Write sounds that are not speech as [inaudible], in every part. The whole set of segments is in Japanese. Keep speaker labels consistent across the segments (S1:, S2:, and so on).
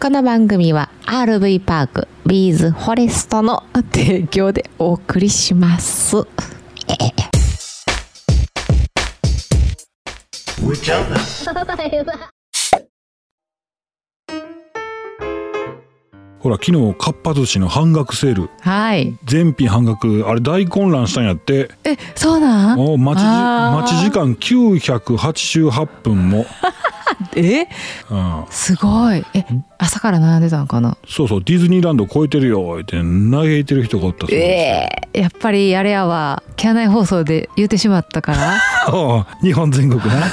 S1: この番組は RV パークビーズフォレストの提供でお送りします。
S2: ほら昨日かっぱ寿司の半額セール
S1: はい。
S2: 全品半額あれ大混乱したんやって
S1: え、そうなん
S2: お待ちじ
S1: あー
S2: 待ち時間988分も、
S1: え
S2: うん、
S1: すごい。え、朝から並んでたのかな
S2: そうそうディズニーランド超えてるよって嘆いてる人がおったそうです
S1: ええやっぱりあれやわ、キャナイ放送で言ってしまった
S2: [laughs]
S1: から。
S2: おう日本全国な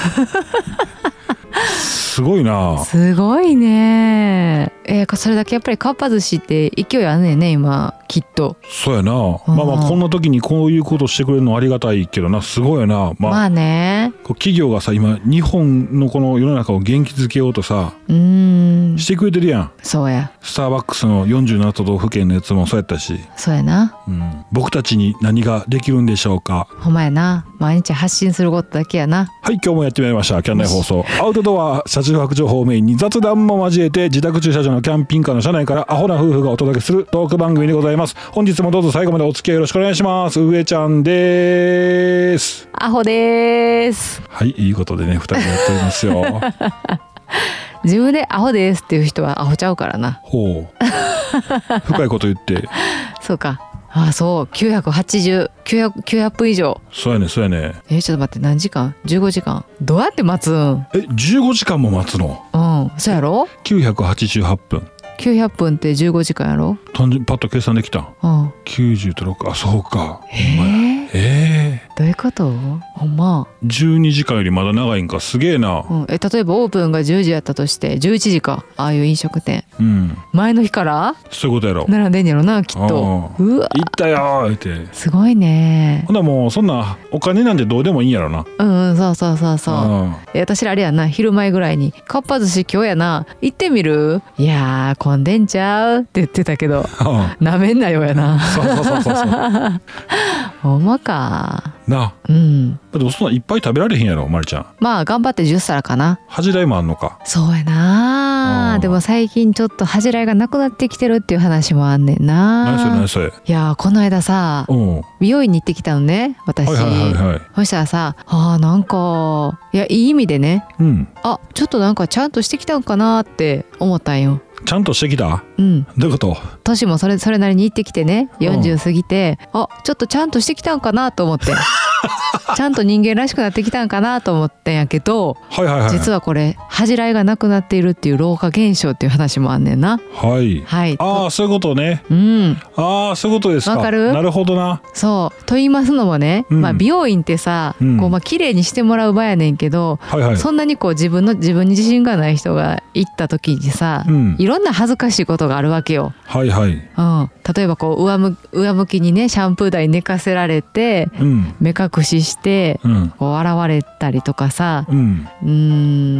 S2: すごいな
S1: すごいねえーそれだけやっぱりかっぱ寿司って勢いあんねんね今きっと
S2: そうやなまあまあこんな時にこういうことしてくれるのありがたいけどなすごいよな
S1: まあ、
S2: まあ
S1: ね
S2: こう企業がさ今日本のこの世の中を元気づけようとさ
S1: うーん
S2: してくれてるやん
S1: そうや
S2: スターバックスの47都道府県のやつもそうやったし、
S1: そうやな
S2: うん、僕たちに何ができるんでしょうか
S1: ほんまやな毎日発信することだけやな
S2: はい、今日もやってまいりました。キャンナイ放送。アウトドア、車中泊情報をメインに雑談も交えて、自宅駐車場のキャンピングカーの車内からアホな夫婦がお届けするトーク番組でございます。本日もどうぞ最後までお付き合いよろしくお願いします。上ちゃんでーす。
S1: アホでーす
S2: はい、いいことでね、二人でやっておりますよ。
S1: 自分でアホですっていう人はアホちゃうからな
S2: ほう。深いこと言って。
S1: そうかああそう980900 900分以上
S2: そうやね、そうやね。
S1: えーちょっと待って何時間15時間どうやって待つん
S2: え、15時間も待つの
S1: うんそうやろ
S2: ?988 分。
S1: 900分って15時間やろ
S2: 単純にパッと計算できたん。
S1: うん
S2: 90と6、あ、そうか。
S1: え
S2: ほんまや
S1: ー
S2: ええ
S1: どういうことほんま、
S2: 12時間よりまだ長いんかすげえな
S1: うん、え例えばオープンが10時やったとして11時かああいう飲食店
S2: うん
S1: 前の日から
S2: そういうことやろ
S1: 並んでんやろなきっと
S2: ああ
S1: うわ
S2: 行ったよーって
S1: すごいね
S2: ほんならもうそんなお金なんてどうでもいいんやろな
S1: うんうんそうそうそうそう
S2: うん
S1: え私らあれやな昼前ぐらいに「かっぱ寿司今日やな行ってみる?」「いやー混んでんちゃう?」って言ってたけどなめんなよやな [laughs]
S2: そうそうそうそうそうな
S1: ほんまか
S2: あ
S1: うん
S2: だってそんないっぱい食べられへんやろまりちゃん
S1: まあ頑張って10皿かな
S2: 恥じらいもあんのか
S1: そうやな
S2: う
S1: あ
S2: ん
S1: でも最近ちょっと恥じらいがなくなってきてるっていう話もあんねん
S2: 何それ
S1: な
S2: 何それ
S1: いやーこの間さ
S2: うんは
S1: 美容院に行ってきたのね
S2: い
S1: 私、
S2: はいはいはい
S1: そしたらさあーなんかいやいい意味でね
S2: うん
S1: あちょっとなんかちゃんとしてきたんかなって思ったんよ
S2: ちゃんとしてきた
S1: うん
S2: どういうこと
S1: 年もそれそれなりに行ってきてね
S2: う
S1: 40過ぎて、あちょっとちゃんとしてきたんかなと思って
S2: [laughs]
S1: ちゃんと人間らしくなってきたんかなと思ったんやけど
S2: はいはいはい
S1: 実はこれ恥じらいがなくなっているっていう老化現象っていう話もあんねんな
S2: はい
S1: はい
S2: ああそういうことね
S1: うん
S2: ああそういうことですか
S1: わかる
S2: なるほどな
S1: そうと言いますのもね、
S2: うん
S1: まあ、美容院ってさ、
S2: うん
S1: こうまあ綺麗にしてもらう場やねんけど、
S2: はいはい
S1: そんなにこう自分の自分に自信がない人が行った時にさ、
S2: うん
S1: いろんな恥ずかしいことがあるわけよ。
S2: はいはい
S1: うん、例えばこう上向上向きにねシャンプー台寝かせられて
S2: うん
S1: 目隠しして
S2: うん
S1: こう笑われたりとかさ
S2: うん
S1: うー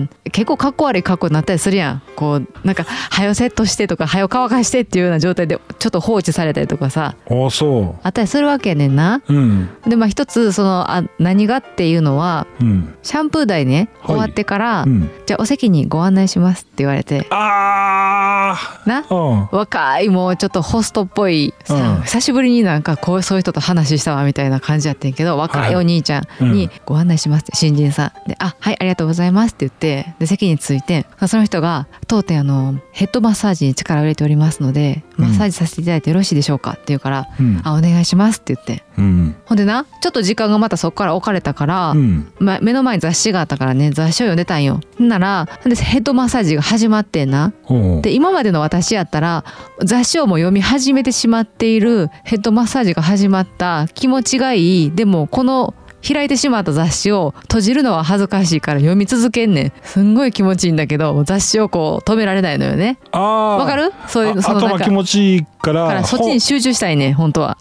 S1: ん結構かっこ悪い格好になったりするやんこうなんか「はよセットして」とか「はよ乾かして」っていうような状態でちょっと放置されたりとかさ
S2: ああそ
S1: あったりするわけやねんな。
S2: ううん
S1: でまあ一つそのあ何がっていうのは
S2: うん
S1: シャンプー台ね
S2: はい
S1: 終わってから、
S2: うん
S1: じゃあお席にご案内しますって言われて
S2: あ
S1: な
S2: あうん
S1: 若いもうちょっとホストっぽいさ、
S2: うん
S1: 久しぶりになんかこうそういう人と話したわみたいな感じやってんけど若
S2: はいい
S1: お兄ちゃん
S2: う
S1: に
S2: ん
S1: 「ご案内します」って新人さんで「あはいありがとうございます」って言ってで席に着いてその人が「当店あのヘッドマッサージに力を入れておりますので
S2: うん
S1: マッサージさせていただいてよろしいでしょうか」って言うから「
S2: うん
S1: あお願いします」って言って
S2: うん
S1: ほんでなちょっと時間がまたそこから置かれたから、
S2: うん
S1: ま、目の前に雑誌があったからね雑誌を読んでたんよ。ほんならでヘッドマッサージが始まってんな。
S2: おう
S1: で今までの私やったら雑誌をもう読み始めてしまっているヘッドマッサージが始まった気持ちがいいでもこの開いてしまった雑誌を閉じるのは恥ずかしいから読み続けんねんすんごい気持ちいいんだけど雑誌をこう止められないのよね
S2: ああ
S1: わかるそういう
S2: あ
S1: その
S2: 頭
S1: 中
S2: 気持ちいい
S1: だか
S2: か
S1: ら
S2: ら
S1: そっちに集中したいねん本当は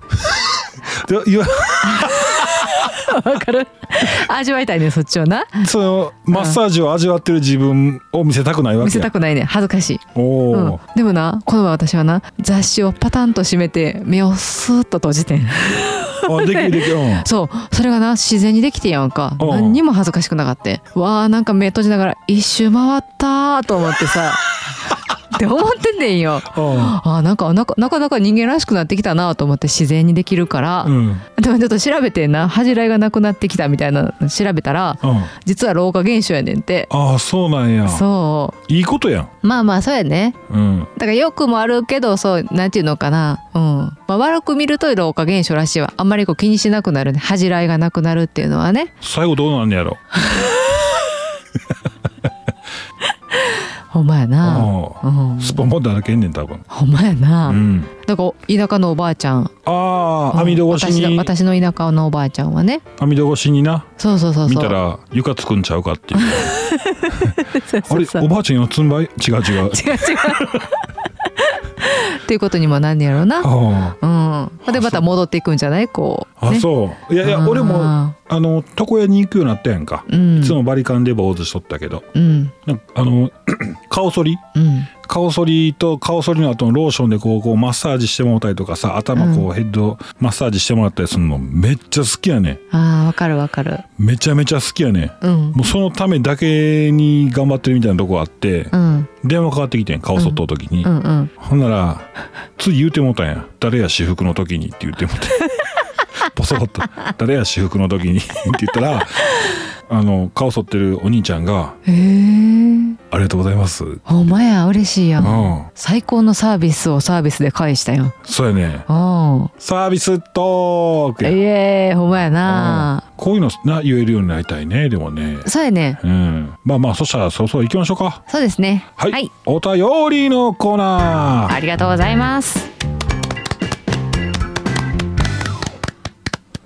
S2: ほんで
S1: [laughs]
S2: いや
S1: わかる味わいたいねんそっちをな
S2: そのマッサージを味わってる自分を見せたくないわけや
S1: 見せたくないねん恥ずかしい
S2: おお、
S1: うん、でもなこの前私はな雑誌をパタンと閉めて目をスーッと閉じてん
S2: あできるでき
S1: [laughs]
S2: る、うん
S1: そうそれがな自然にできてんやんか
S2: うん
S1: 何にも恥ず
S2: [laughs]
S1: かしくなかったわあなんか目閉じながら一周回ったーと思ってさって思ってんねんよ。
S2: あ
S1: あなんかなかなかなか人間らしくなってきたなと思って自然にできるから、
S2: あうんうん
S1: でもちょっと調べてんな恥じらいがなくなってきたみたいなの調べたら実は老化現象やねんって
S2: ああそうなんや
S1: そ
S2: いいことやん
S1: うまあまあそうやね
S2: うん
S1: だからよくもあるけどそうなんていうのかな、うんまあ、悪く見ると老化現象らしいわあんまりこう気にしなくなるね恥じらいがなくなるっていうのはね
S2: 最後どうなんねやろ
S1: ほんまやな、
S2: う
S1: うん
S2: ん、スポンポンって歩けんねん多分
S1: ほんまやな、
S2: うん
S1: なんか田舎のおばあちゃん
S2: ああ網戸越し
S1: うん
S2: に
S1: 私の私の田舎のおばあちゃんはね
S2: 網戸越しにな
S1: そうそうそうそう
S2: 見たら床つくんちゃうかっていう
S1: そう
S2: あ
S1: そう
S2: れ
S1: そう
S2: おばあちゃん四つん這い違
S1: [laughs]
S2: う違
S1: 違
S2: う
S1: う違うっていうことにもなんねやろうなうん
S2: あ
S1: でまた戻っていくんじゃないこう、
S2: あ、
S1: ね、
S2: あそういやいや俺も
S1: あ
S2: あの床屋に行くようになったやんか、
S1: ーうん
S2: いつもバリカンで坊主しとったけど
S1: うん
S2: なんかあの [clears throat] 顔剃り
S1: うん
S2: 顔剃りと顔剃りの後のローションでこうこうマッサージしてもらったりとかさ頭こうヘッドマッサージしてもらったりするのめっちゃ好きやね
S1: あーわかるわかる
S2: めちゃめちゃ好きやね
S1: うん
S2: もうそのためだけに頑張ってるみたいなとこあって
S1: うん
S2: 電話かかってきてん顔剃った時に、
S1: うんうん
S2: ほんならつい言うてもうたんや「誰や私服の時に」って言ってもう [laughs] てポソッと「誰や私服の時に」って言ったらあの顔剃ってるお兄ちゃんが
S1: へえ
S2: 「ありがとうございます」うん
S1: ほんまや嬉しいやん最高のサービスをサービスで返したやん
S2: そうやね
S1: うん
S2: サービストーク
S1: い
S2: や
S1: えーほんまやな
S2: うんこういうのな言えるようになりたいねでもね
S1: そうやね
S2: うんまあまあそしたらそろそろ行きましょうか
S1: そうですね
S2: はい、お便りのコーナー
S1: ありがとうございます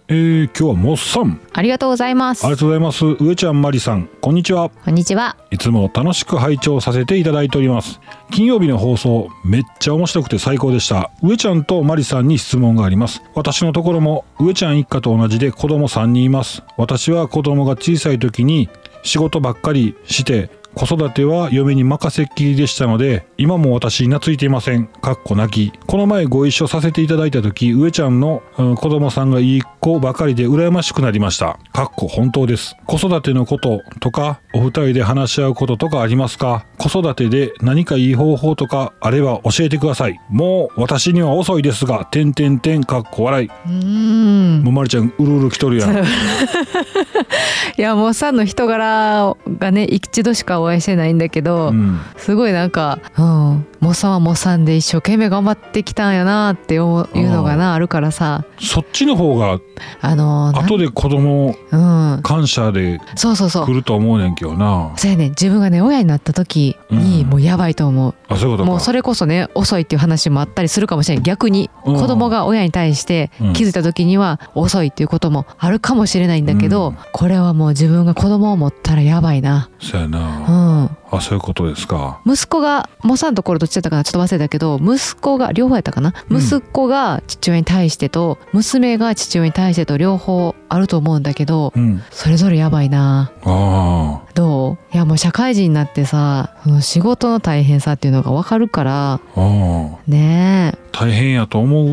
S2: えー、今日はもっさん
S1: ありがとうございます
S2: ありがとうございます上ちゃんまりさんこんにちは
S1: こんにちはい
S2: つも楽しく拝聴させていただいております。金曜日の放送、めっちゃ面白くて最高でした。上ちゃんとマリさんに質問があります。私のところも、上ちゃん一家と同じで子供3人います。私は子供が小さい時に仕事ばっかりして、子育ては嫁に任せっきりでしたので、今も私懐いていません。かっこなき。この前ご一緒させていただいた時、上ちゃんの、うん、子供さんがいい子ばかりで羨ましくなりました。かっこ本当です。子育てのこととか、お二人で話し合うこととかありますか子育てで何かいい方法とかあれば教えてください。もう私には遅いですが、てんてんてんかっこ笑い。
S1: うーん
S2: もうまりちゃん、うるうる来とるやん。
S1: いやもうさんの人柄がね一度しかお会いしてないんだけど、
S2: うん。
S1: すごいなんか、うん、モッサンはモッサンで一生懸命頑張ってきたんやなって思ういうのがなあるからさ
S2: そっちの方が、
S1: あのな
S2: 後で子供
S1: うん、
S2: 感謝で
S1: そうそうそう
S2: 来ると思うねんけどな。
S1: そうやね自分がね親になった時に
S2: うん
S1: もうやばいと思う、
S2: あ、そういうことか。
S1: もうそれこそね遅いっていう話もあったりするかもしれない逆に
S2: うん
S1: 子供が親に対して
S2: うん
S1: 気づいた時には遅いっていうこともあるかもしれないんだけど、
S2: うん
S1: これはもう自分が子供を持ったらやばいな
S2: そうや
S1: う
S2: な。
S1: ん
S2: あ、そういうことですか。
S1: 息子がモサのところどっちだったかなちょっと忘れたけど息子が両方やったかな、
S2: うん
S1: 息子が父親に対してと娘が父親に対してと両方あると思うんだけど
S2: うん。
S1: それぞれやばいな
S2: あ
S1: どういやもう社会人になってさその仕事の大変さっていうのが分かるから
S2: あ。ああ。
S1: ねえ
S2: 大変やと思う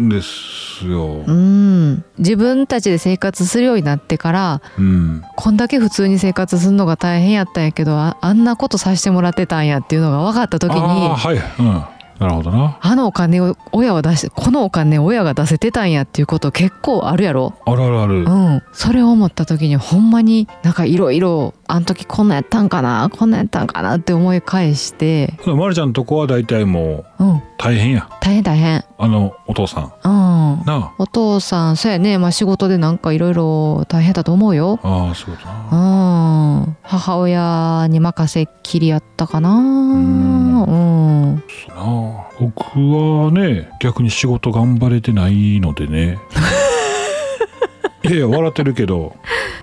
S2: んですよ。
S1: うん自分たちで生活するようになってから
S2: うん。
S1: こんだけ普通に生活するのが大変やったんやけどああんなことさせてもらってたんやっていうのが分かった時に
S2: ああ、はい。うん。なるほどな。
S1: あのお金を親は出してこのお金を親が出せてたんやっていうこと結構あるやろ、
S2: あるあるあ
S1: う。
S2: る
S1: ん、それを思った時にほんまになんかいろいろあの時こんなんやったんかなこんなんやったんかなって思い返して、
S2: ただまるちゃんとこは大体もう
S1: うん、
S2: 大変や。
S1: 大変大変、
S2: あの、お父さん。
S1: うん、
S2: な
S1: お父さんそうやね、まあ、仕事でなんかいろいろ大変だと思うよ、
S2: あ。ああ、そういうこと
S1: う
S2: な。
S1: ん、母親に任せっきりやったかな
S2: うん
S1: うん
S2: そうなあ。僕はね、逆に仕事頑張れてないの
S1: [laughs]
S2: でね。いやいや、笑ってるけど、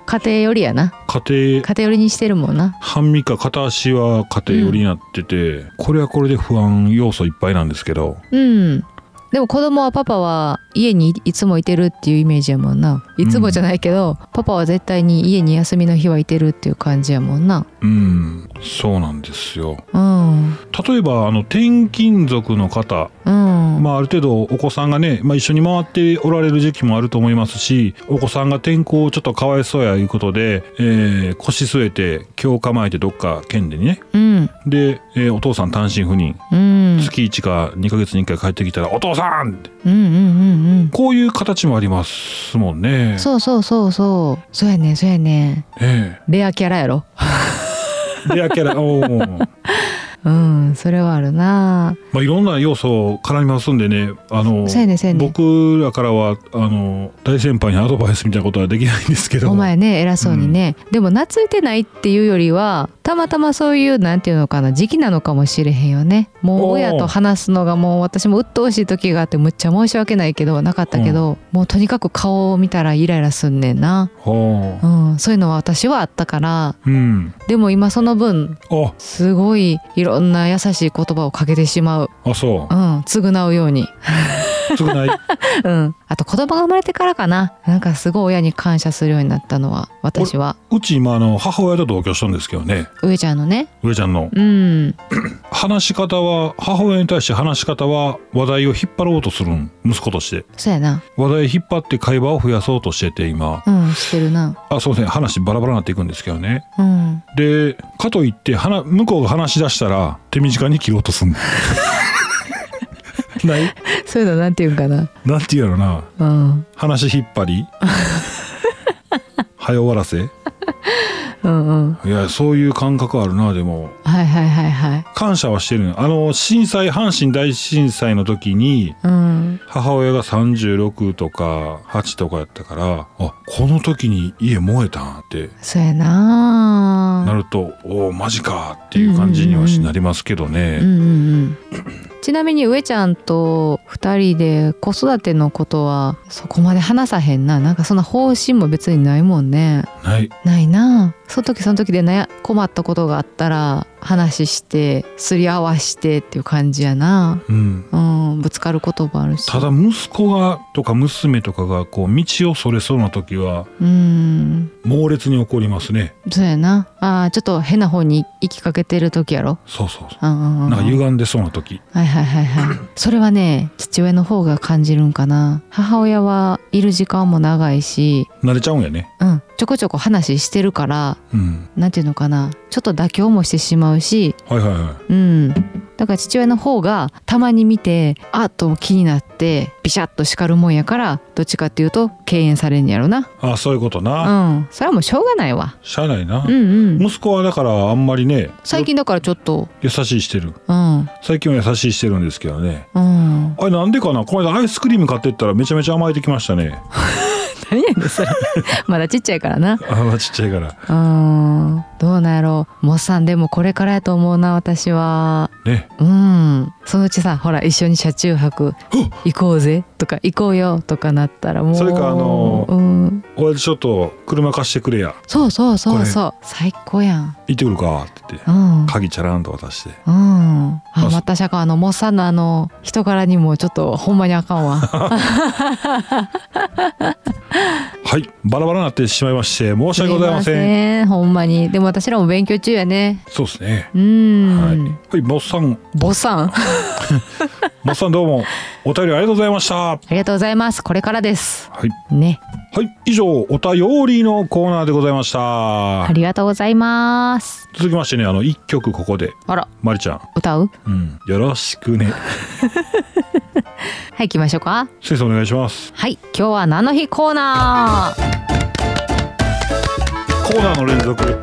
S1: 家庭よりやな
S2: 家庭、
S1: 家庭よりにしてるもんな
S2: 半身か片足は家庭寄りになってて、これはこれで不安要素いっぱいなんですけど、
S1: うん。でも子供はパパは家にいつもいてるっていうイメージやもんな。いつもじゃないけど、パパは絶対に家に休みの日はいてるっていう感じやもんな。
S2: うん、そうなんですよ。
S1: うん。
S2: 例えばあの転勤族の方
S1: うん。うん
S2: まあ、ある程度お子さんがね、まあ、一緒に回っておられる時期もあると思いますしお子さんが天候ちょっとかわいそうやいうことで、えー腰据えて今日構えてどっか県でね
S1: うん
S2: で、えーお父さん単身赴任
S1: うん
S2: 月1か2ヶ月に1回帰ってきたら「お父さん!」って
S1: うんうんうんうん
S2: こういう形もありますもんね。
S1: そうそうそうそうそうやねんそうやねん
S2: え
S1: レアキャラやろ
S2: えレアキャラおー
S1: うんそれはあるな
S2: まあ、いろんな要素絡みますんでねあの
S1: そうやねんそうやねん
S2: 僕らからはあの大先輩にアドバイスみたいなことはできないんですけど
S1: お前ね偉そうにね、でも懐いてないっていうよりはたまたまそういうなんていうのかな時期なのかもしれへんよねもう
S2: おー
S1: 親と話すのがもう私も鬱陶しい時があってむっちゃ申し訳ないけどなかったけど、もうとにかく顔を見たらイライラすんねんな、
S2: は
S1: う
S2: あ
S1: ん、そういうのは私はあったから
S2: うん
S1: でも今その分
S2: あ
S1: すごいいろんな優しい言葉をかけてしまう、
S2: あそ
S1: うん、償うように
S2: う少ない
S1: うん、あと子供が生まれてからかななんかすごい親に感謝するようになったのは私は
S2: うち今あの母親と同居したんですけどね
S1: 上ちゃんのね
S2: 上ちゃんの
S1: うん
S2: 話し方は母親に対して話し方は話題を引っ張ろうとするん息子として
S1: そうやな
S2: 話題引っ張って会話を増やそうとしてて今
S1: うんしてるな
S2: あそうですね話バラバラになっていくんですけどね
S1: うん
S2: でかといってはな向こうが話し出したら手短に切ろうとすん [laughs] のない
S1: そういうのなんていうんかな
S2: なんて言うやろな
S1: うん
S2: 話引っ張 [laughs] り早終わらせ
S1: うんうん
S2: いやそういう感覚あるなでも
S1: はいはいはいはい
S2: 感謝はしてるのあの震災阪神大震災の時に
S1: うん
S2: 母親が36とか8とかやったからあこの時に家燃えたんって
S1: そうやな
S2: なるとおおマジかっていう感じにはしなりますけどね、
S1: うんうんうんちなみに上ちゃんと2人で子育てのことはそこまで話さへんななんかそんな方針も別にないもんね
S2: ない
S1: ないなその時その時で悩困ったことがあったら話してすり合わしてっていう感じやな
S2: うん
S1: うんぶつかることもあるした
S2: だ息子がとか娘とかがこう道をそれそうな時は
S1: うん
S2: 猛烈に怒りますね
S1: そうやなあーちょっと変な方に行きかけてる時やろ
S2: そうそうそう
S1: うんうんうん
S2: なんか歪んでそうな時
S1: はいはいはいはいそれはね父親の方が感じるんかな母親はいる時間も長いし
S2: 慣れちゃうんやね
S1: うんちょこちょこ話してるから
S2: うん
S1: なんていうのかなちょっと妥協もしてしまうし
S2: はいはいはい
S1: うん、だから父親の方がたまに見てあっと気になってビシャッと叱るもんやからどっちかっていうと敬遠されんやろな
S2: あそういうことな、
S1: うんそれはもうしょうがないわ
S2: しゃあないな、
S1: うんうん
S2: 息子はだからあんまりね
S1: 最近だからちょっと
S2: 優しいしてる
S1: うん
S2: 最近は優しいしてるんですけどね
S1: うん
S2: あれなんでかなこの間アイスクリーム買ってったらめちゃめちゃ甘えてきましたね
S1: 何やねんそれ [laughs] まだちっちゃいからな
S2: あまあちっちゃいから
S1: うんどうなんやろうモッさんでもこれからやと思うな私は
S2: ね
S1: うんそのうちさほら一緒に車中泊行こうぜとか行こうよとかなったらもう
S2: それかあのー
S1: うん
S2: 俺ちょっと車貸してくれや
S1: そうそうそうそう最高やん
S2: 行ってくるかって言っ
S1: う
S2: て
S1: ん
S2: 鍵チャランと渡して
S1: うん、あ
S2: あ
S1: またしゃかあのモッサンのあの人柄にもちょっとほんまにあかんわ
S2: はいバラバラになってしまいまして [laughs] 申し訳ござ
S1: [laughs]
S2: いません
S1: すませんほんまにでも私らも勉強中やね
S2: そうですね
S1: う
S2: はい、
S1: ん、
S2: はい、モッさん
S1: ボッサンあ
S2: モッさんど
S1: [laughs]
S2: うもお便りありがとうございましたは
S1: りがとうございますこれからです
S2: い
S1: ね
S2: はい以上お便りのコーナーでございました、
S1: ありがとうございます
S2: 続きましてねあの一曲ここで
S1: あら
S2: まりちゃん、
S1: 歌う
S2: うん、よろしく
S1: [laughs]
S2: ね
S1: はい行きましょうか
S2: 先生お願いします
S1: はい今日は何の日コーナー
S2: コーナーの連続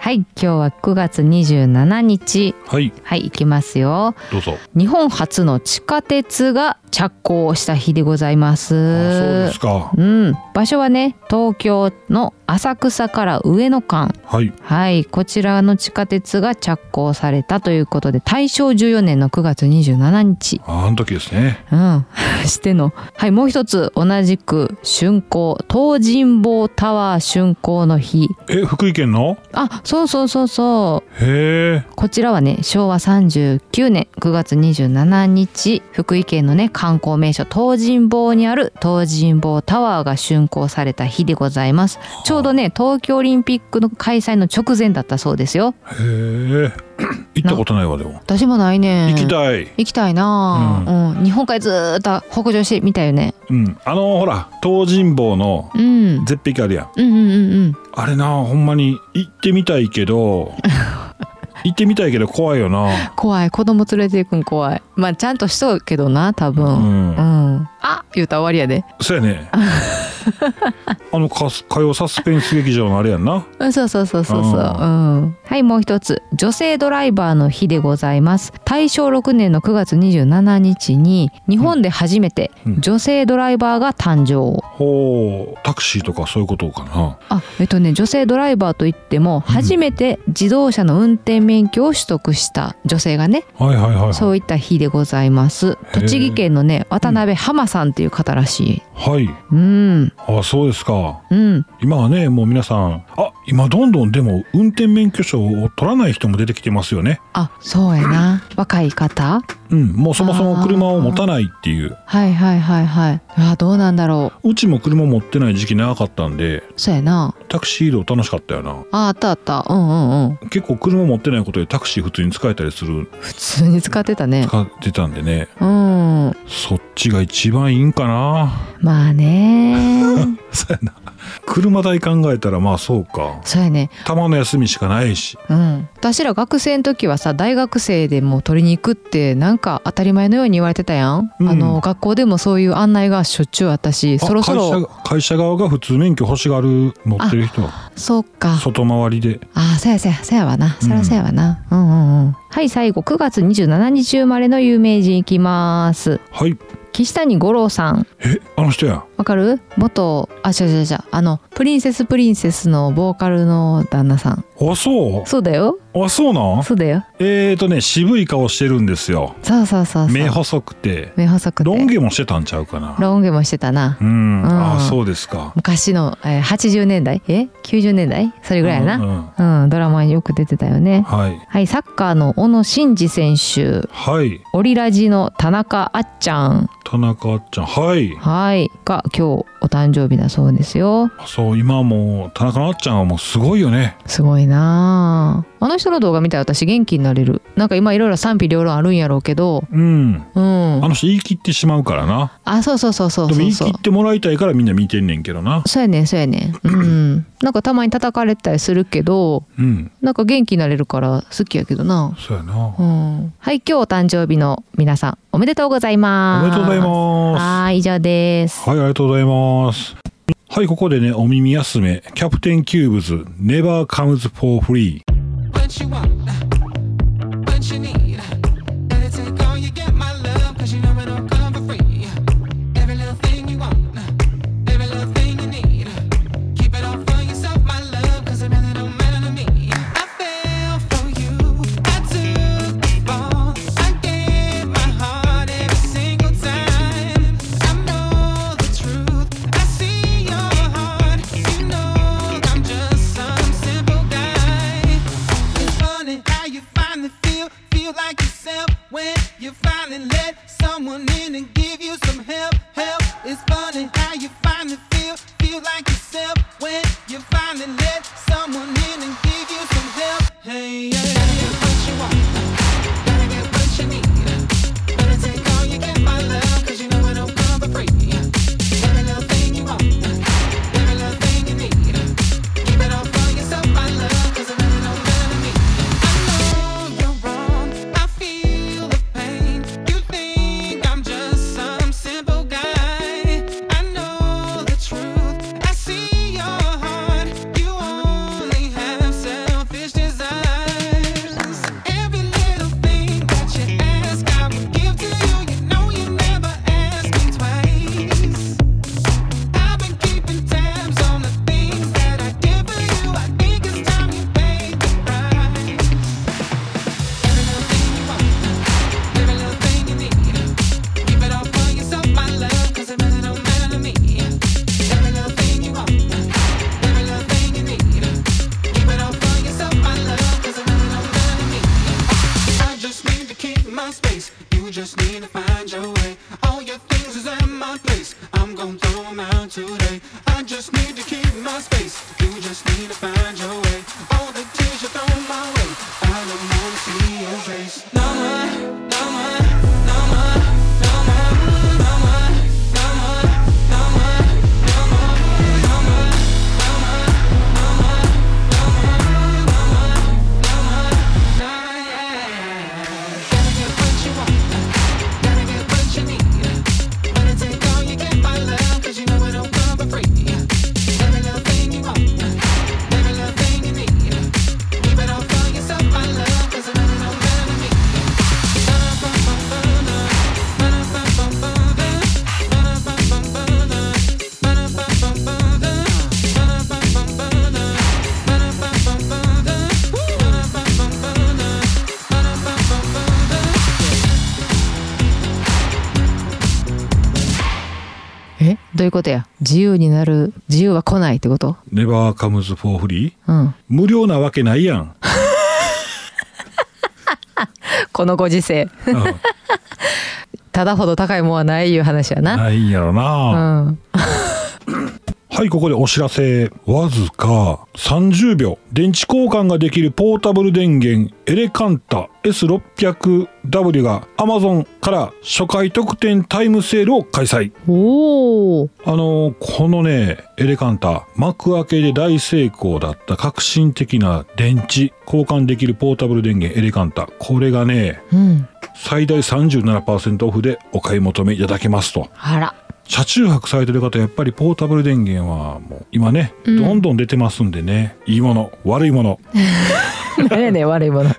S1: はい今日は9月27日
S2: はい
S1: はい行きますよ
S2: どうぞ
S1: 日本初の地下鉄が着工した日でございます
S2: あそうですか
S1: うん、場所はね東京の浅草から上野間
S2: はい
S1: はいこちらの地下鉄が着工されたということで大正14年の9月27日
S2: ああの時ですね
S1: うん [laughs] してのはいもう一つ同じく竣工東尋坊タワー竣工の日
S2: え福井県の
S1: あそうそうそうそう
S2: へえ
S1: こちらはね昭和39年9月27日福井県のね観光名所東尋坊にある東尋坊タワーが竣刊行された日でございますちょうどね東京オリンピックの開催の直前だったそうですよ
S2: へ
S1: [coughs]
S2: え行ったことないわでも、
S1: 私もないね
S2: 行きたい
S1: 行きたいなあ、うん日本海ずーっと北上してみたいよね、
S2: うんあのほら東尋坊の
S1: うん、
S2: 絶壁あるやん
S1: うんうんうんうん
S2: あれなほんまに行ってみたい
S1: [laughs]
S2: けど行ってみたいけど怖いよな
S1: 怖い子供連れて行くん怖いまあちゃんとしとうけどな多分
S2: う
S1: うんん、あ言うたら終わりやで
S2: そうや
S1: [laughs]
S2: ねあのか火曜サスペンス劇場のあれやんな
S1: うんそうそうそうそうそう、う
S2: あ
S1: ん、はいもう一つ女性ドライバーの日でございます大正6年の9月27日に日本で初めて
S2: うん
S1: 女性ドライバーが誕生、
S2: ほうタクシーとかそういうことかな
S1: あえっとね女性ドライバーといっても初めて自動車の運転免許を取得した女性がね
S2: はいはいはいはい
S1: そういった日でございます
S2: へえ
S1: 栃木県のね渡辺浜さんっていう方らしい
S2: はい
S1: うん
S2: あそうですか
S1: うん
S2: 今はねもう皆さんあ今どんどんでも運転免許証を取らない人も出てきてますよね
S1: あそうやな若い方
S2: うんもうそもそも車を持たないっていう
S1: はいはいはいはいあどうなんだろ
S2: うちも車持ってない時期長かったんで
S1: うそうやな
S2: タクシー移動楽しかったよな
S1: ああったあったうんうんうん
S2: 結構車持ってないことでタクシー普通に使えたりする
S1: 普通に使ってたね
S2: 使ってたんでね
S1: うん
S2: そっちが一番いいんかな
S1: [laughs] まあ
S2: [laughs]
S1: ね
S2: そうやな車代考えたらまあそうか
S1: そうやね
S2: たまの休みしかないし
S1: うん私ら学生の時はさ大学生でも取りに行くってなんか当たり前のように言われてたやん、
S2: うん
S1: あの学校でもそういう案内がしょっちゅうあったし
S2: あ
S1: そろそ
S2: 会社
S1: ろ
S2: が会社側が普通免許欲しがる持ってる人は
S1: そうか
S2: 外回りで
S1: ああ、そうやそうや、そうやわな。そりゃそうやわな。うん、うん、うん。はい、最後、9月27日生まれの有名人いきます。
S2: はい
S1: 岸谷五郎さん。
S2: えあの人や
S1: わかる元、あ、違う違う違う。あの、プリンセスプリンセスのボーカルの旦那さん。
S2: あそう
S1: そうだよ。
S2: あそうなん
S1: そうだよ。
S2: えーとね渋い顔してるんですよ
S1: そうそうそうそう。
S2: 目細くて
S1: 目細くて。
S2: ロン毛もしてたんちゃうかな
S1: ロン毛もしてたな
S2: う。ん
S1: うん
S2: あそうですか
S1: 昔の、えー、80年代え ?90 年代それぐらいや
S2: うん
S1: な。
S2: うん
S1: うん、ドラマによく出てたよね。
S2: はい
S1: はい、サッカーの小野伸二選手。
S2: はい
S1: オリラジの田中あっちゃん。
S2: 田中あっちゃんはい
S1: はい、が今日お誕生日だそうですよ。
S2: そう今もう田中あっちゃんはもうすごいよね
S1: すごいなあ。あの人の動画見たら私元気になれる。なんか今いろいろ賛否両論あるんやろうけど、
S2: うん
S1: うん。
S2: あの人言い切ってしまうからな
S1: あ、そうそうそうそう
S2: でも
S1: そ
S2: 言
S1: う
S2: い
S1: そう
S2: 切っ。てもらいたいからみんな見てんねんけどな
S1: そうやねんそうやねん。うん。なんかたまに叩かれたりするけど、
S2: うん
S1: なんか元気になれるから好きやけどな。
S2: そうやな
S1: うん。はい、今日お誕生日の皆さんおめでとうござい
S2: お
S1: ます。
S2: めでとうございます
S1: はい、以上です。
S2: はい、ありがとうございます。はい、ここでね、お耳休め、キャプテンキューブズ、Never Comes for Free。
S3: what you want, what you need. Gotta take all you get, my love, cause you know it don't come for free. Every little thing you want, every little thing you need. Keep it all for yourself, my love, cause it really don't matter to me. I fell for you, I took the fall. I gave my heart every single time. I know the truth, I see your heart. You know I'm just some simple guy. It's funny how you finally feel, feel like yourself when you finally let someone in and give you some help, help. It's funny how you finally feel, feel like yourself when you finally let someone in and give you some help. Hey, yeah. Gotta get what you want, gotta get what you need. Better take all you get, my love, 'cause you know it don't come for free. Every little thing you want, every little thing you need. Keep it all for yourself, my love, 'cause it really don't matter to me. I know you're wrong. I feel the pain. You think I'm just some simple guy. I know the truth. I see your heart. You only have selfish desires. Every little thing that you ask, I will give to you. You know you never ask me twice. I've been keeping tabs on the things that I give for you. I think it's time you paid the price. Every little thing you want, every little thing you need. Keep it all for yourself, my love, 'cause it really don't matter to me. Every little thing you want, every little thing you need. Keep it all for yourself, my love, 'cause it really don't matter to me. I just need to keep my space. You just need to find your way. All your things is at my place. I'm gonna throw 'em out today. I just need to keep my space. You just need to find your way. All the tears you thrown my way. I don't wanna see your face. No more, no more, no more, no more, no more, no more, no more, no more, no more, no more, no more, no more, no more, no more. Nah, yeah. Gotta get what you want. Gotta get what you need. Better take all you get by love, 'cause you know it don't come for free. Every little thing you want, every little thing you need. Keep it all for yourself, my love, 'cause it really don't matter to me. Ba-da-ba-ba-ba-da. Ba-da-ba-ba-ba-da. Ba-da-ba-ba-ba-da. Ba-da-ba-ba-ba-da. Ba-da-ba-ba-ba-da. Ba-da-ba-ba-ba-da. Woo! Ba-da-ba-ba-ba-da. Ba-da-ba-ba-ba-da.
S1: えどういうことや自由になる自由は来ないってこと
S2: ネバーカムズフォーフリー
S1: うん
S2: 無料なわけないやん。
S1: このご時世 [laughs]
S2: う
S1: ただほど高いもんはないいう話や
S2: ん
S1: な
S2: ないんやろ
S1: う
S2: な。
S1: ん
S2: はい、ここでお知らせ。わずか30秒。電池交換ができるポータブル電源エレカンタ S600W が Amazon から初回特典タイムセールを開催。
S1: おお
S2: あのーこのね、エレカンタ、幕開けで大成功だった革新的な電池、交換できるポータブル電源エレカンタ。これがね、
S1: うん
S2: 最大37%オフでお買い求めいただけますと。
S1: あら
S2: 車中泊されてる方、やっぱりポータブル電源はもう今ね、
S1: うん
S2: どんどん出てますんでね、いいもの、悪いもの。
S1: 何やねん悪いもの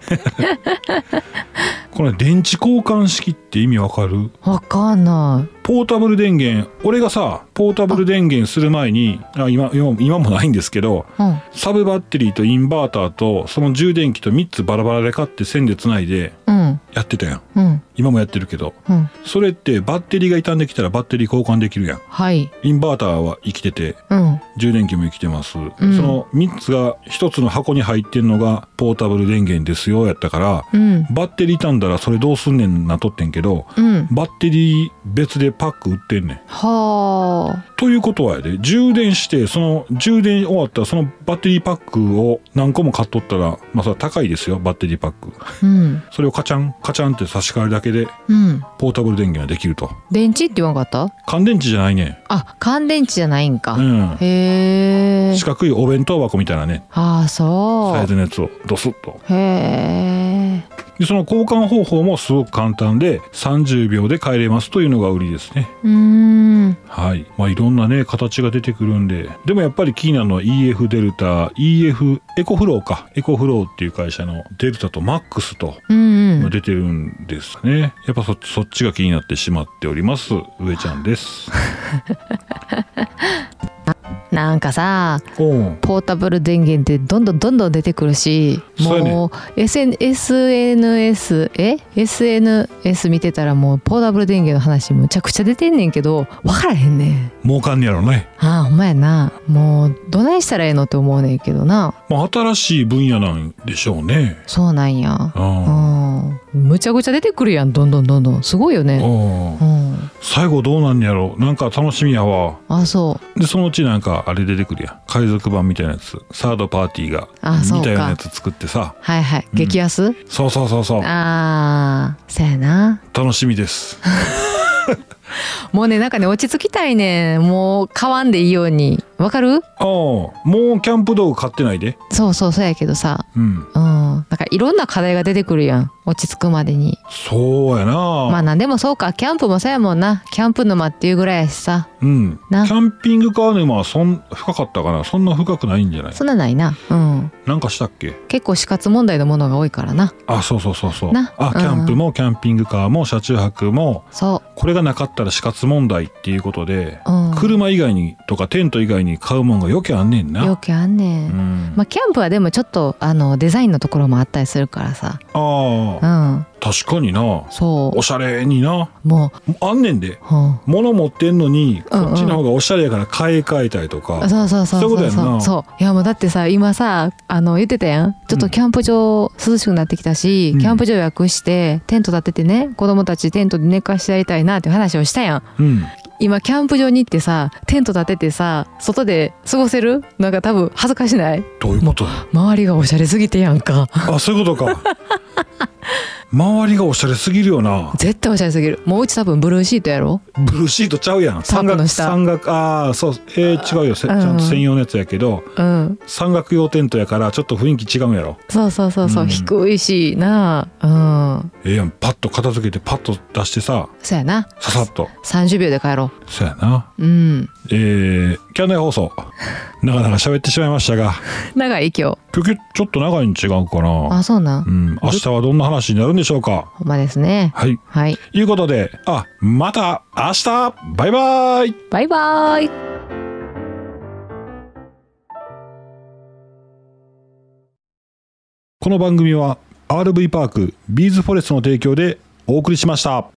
S2: これ電池交換式って意味わかる
S1: わかんない
S2: ポータブル電源、俺がさ、ポータブル電源する前に、あ今、今今もないんですけど、
S1: うん
S2: サブバッテリーとインバーターとその充電器と3つバラバラで買って線で繋いで
S1: うん
S2: やってたやん
S1: うん
S2: 今もやってるけど
S1: うん
S2: それってバッテリーが傷んできたらバッテリー交換できるやん
S1: はい
S2: インバーターは生きてて
S1: うん
S2: 充電器も生きてます、
S1: ん
S2: その3つが1つの箱に入ってんのがポータブル電源ですよやったから、
S1: うん
S2: バッテリー傷んだらそれどうすんねんなとってんけど
S1: うん
S2: バッテリー別でパック売ってんねん
S1: はあ
S2: ということはやで充電してその充電終わったらそのバッテリーパックを何個も買っとったらまあそれは高いですよバッテリーパック
S1: うん
S2: それをカチャンカチャンって差し替えるだけで
S1: うん
S2: ポータブル電源ができると
S1: 電池って言わんかった
S2: 乾電池じゃないね
S1: あ乾電池じゃないんか、
S2: うん
S1: へえ
S2: 四角いお弁当箱みたいなね
S1: ああそ
S2: サイズ
S1: う
S2: のやつをドスッと
S1: へえ
S2: でその交換方法もすごく簡単で30秒で変えれますというのが売りですね
S1: うーん
S2: はいまあいろんなね形が出てくるんででもやっぱり気になるのは EF デルタ EF エコフローかエコフローっていう会社のデルタとマックスと
S1: うんうん
S2: 出てるんですね。やっぱそそっちが気になってしまっております。上ちゃんです。
S1: なんかさ
S2: おん。
S1: ポータブル電源ってどんどんどんどん出てくるし
S2: そうやね
S1: もう SN SNS え SNS 見てたらもうポータブル電源の話むちゃくちゃ出てんねんけど分からへんねん
S2: 儲かんねやろね。
S1: ああほんまやなもうどないしたらええのって思うねんけどな
S2: まあ新しい分野なんでしょうね。
S1: そうなんやう
S2: あ
S1: んむちゃくちゃ出てくるやんどんどんどんどんすごいよ
S2: あ。
S1: ね
S2: うん
S1: うん
S2: 最後どうなんねやろなんか楽しみやわ。
S1: あそう
S2: で、そのうちなんかあれ出てくるやん。海賊版みたいなやつ。サードパーティーが。
S1: あそうか
S2: 似たようなやつ作ってさ。
S1: はいはい
S2: ん
S1: 激安、
S2: そうそうそうそう。
S1: あーそやな
S2: 楽しみです。
S1: もうねなんかね落ち着きたいねんもう買わんでいいようにわかる
S2: ああ。もうキャンプ道具買ってないで。
S1: そうそうそうやけどさ
S2: うん。
S1: うんなんかいろんな課題が出てくるやん落ち着くまでに
S2: そうやな。
S1: まあ何でもそうかキャンプもそうやもんなキャンプ沼っていうぐらいやしさ
S2: うん。キ
S1: な
S2: ャンピングカー沼はそん深かったかな。そんな深くないんじゃない
S1: そんなないなうん
S2: なんかしたっけ
S1: 結構死活問題のものが多いからな
S2: あそうそうそうそう
S1: な
S2: あ
S1: うん
S2: キャンプもキャンピングカーも車中泊も
S1: そ
S2: これがなかったら死活問題っていうことで、
S1: ううん
S2: 車以外にとかテント以外に買うもんが余計あんねんな
S1: よくあんね、
S2: うんん、
S1: まあキャンプはでもちょっとあのデザインのところもあったりするからさ
S2: あ
S1: う
S2: あ
S1: ん
S2: 確かにな
S1: そ
S2: おしゃれにな
S1: うも
S2: あんねん
S1: う、
S2: で
S1: うん、
S2: 物持ってんのにこ
S1: うんうん
S2: っちの方がおしゃれやから買い替えたりとか、
S1: そうそうそう
S2: そういうこと
S1: そ
S2: や
S1: うん
S2: な
S1: そうそういやもうだってさ今さあの言ってたやんちょっとキャンプ場涼しくなってきたし、
S2: うん
S1: キャンプ場予約してテント立ててね子供たちテントで寝かしてやりたいなっていう話をしたやん
S2: うん
S1: 今キャンプ場に行ってさテント立ててさ外で過ごせるなんか多分恥ずかしない
S2: どういうこと
S1: 周りがおしゃれすぎてやんか [laughs]
S2: あそういうことか周りがおしゃれすぎるよな
S1: 絶対おしゃれすぎるもううち多分ブルーシートやろ
S2: ブルーシートちゃうやん
S1: タンクの下
S2: 三角ああそうえー、違うよせち
S1: うん
S2: ゃんと専用のやつやけど
S1: うん
S2: 三角用テントやからちょっと雰囲気違うんやろ
S1: そうそうそうそう、
S2: うん
S1: 低いしなあうん
S2: ええやんパッと片付けてパッと出してさ
S1: そうやな
S2: ささっと
S1: 30秒で帰ろ
S2: そうやな
S1: ううん
S2: えー、キャンナイ放送なかなか喋ってしまいましたが
S1: 長い今日
S2: 今日ちょっと長いに違うかな
S1: あそうなん
S2: うん明日はどんな話になるんでしょうか
S1: ほんまですね
S2: はい
S1: はい
S2: いうことであまた明日バイバイ
S1: バイバイ
S2: この番組は RV パークビーズフォレストの提供でお送りしました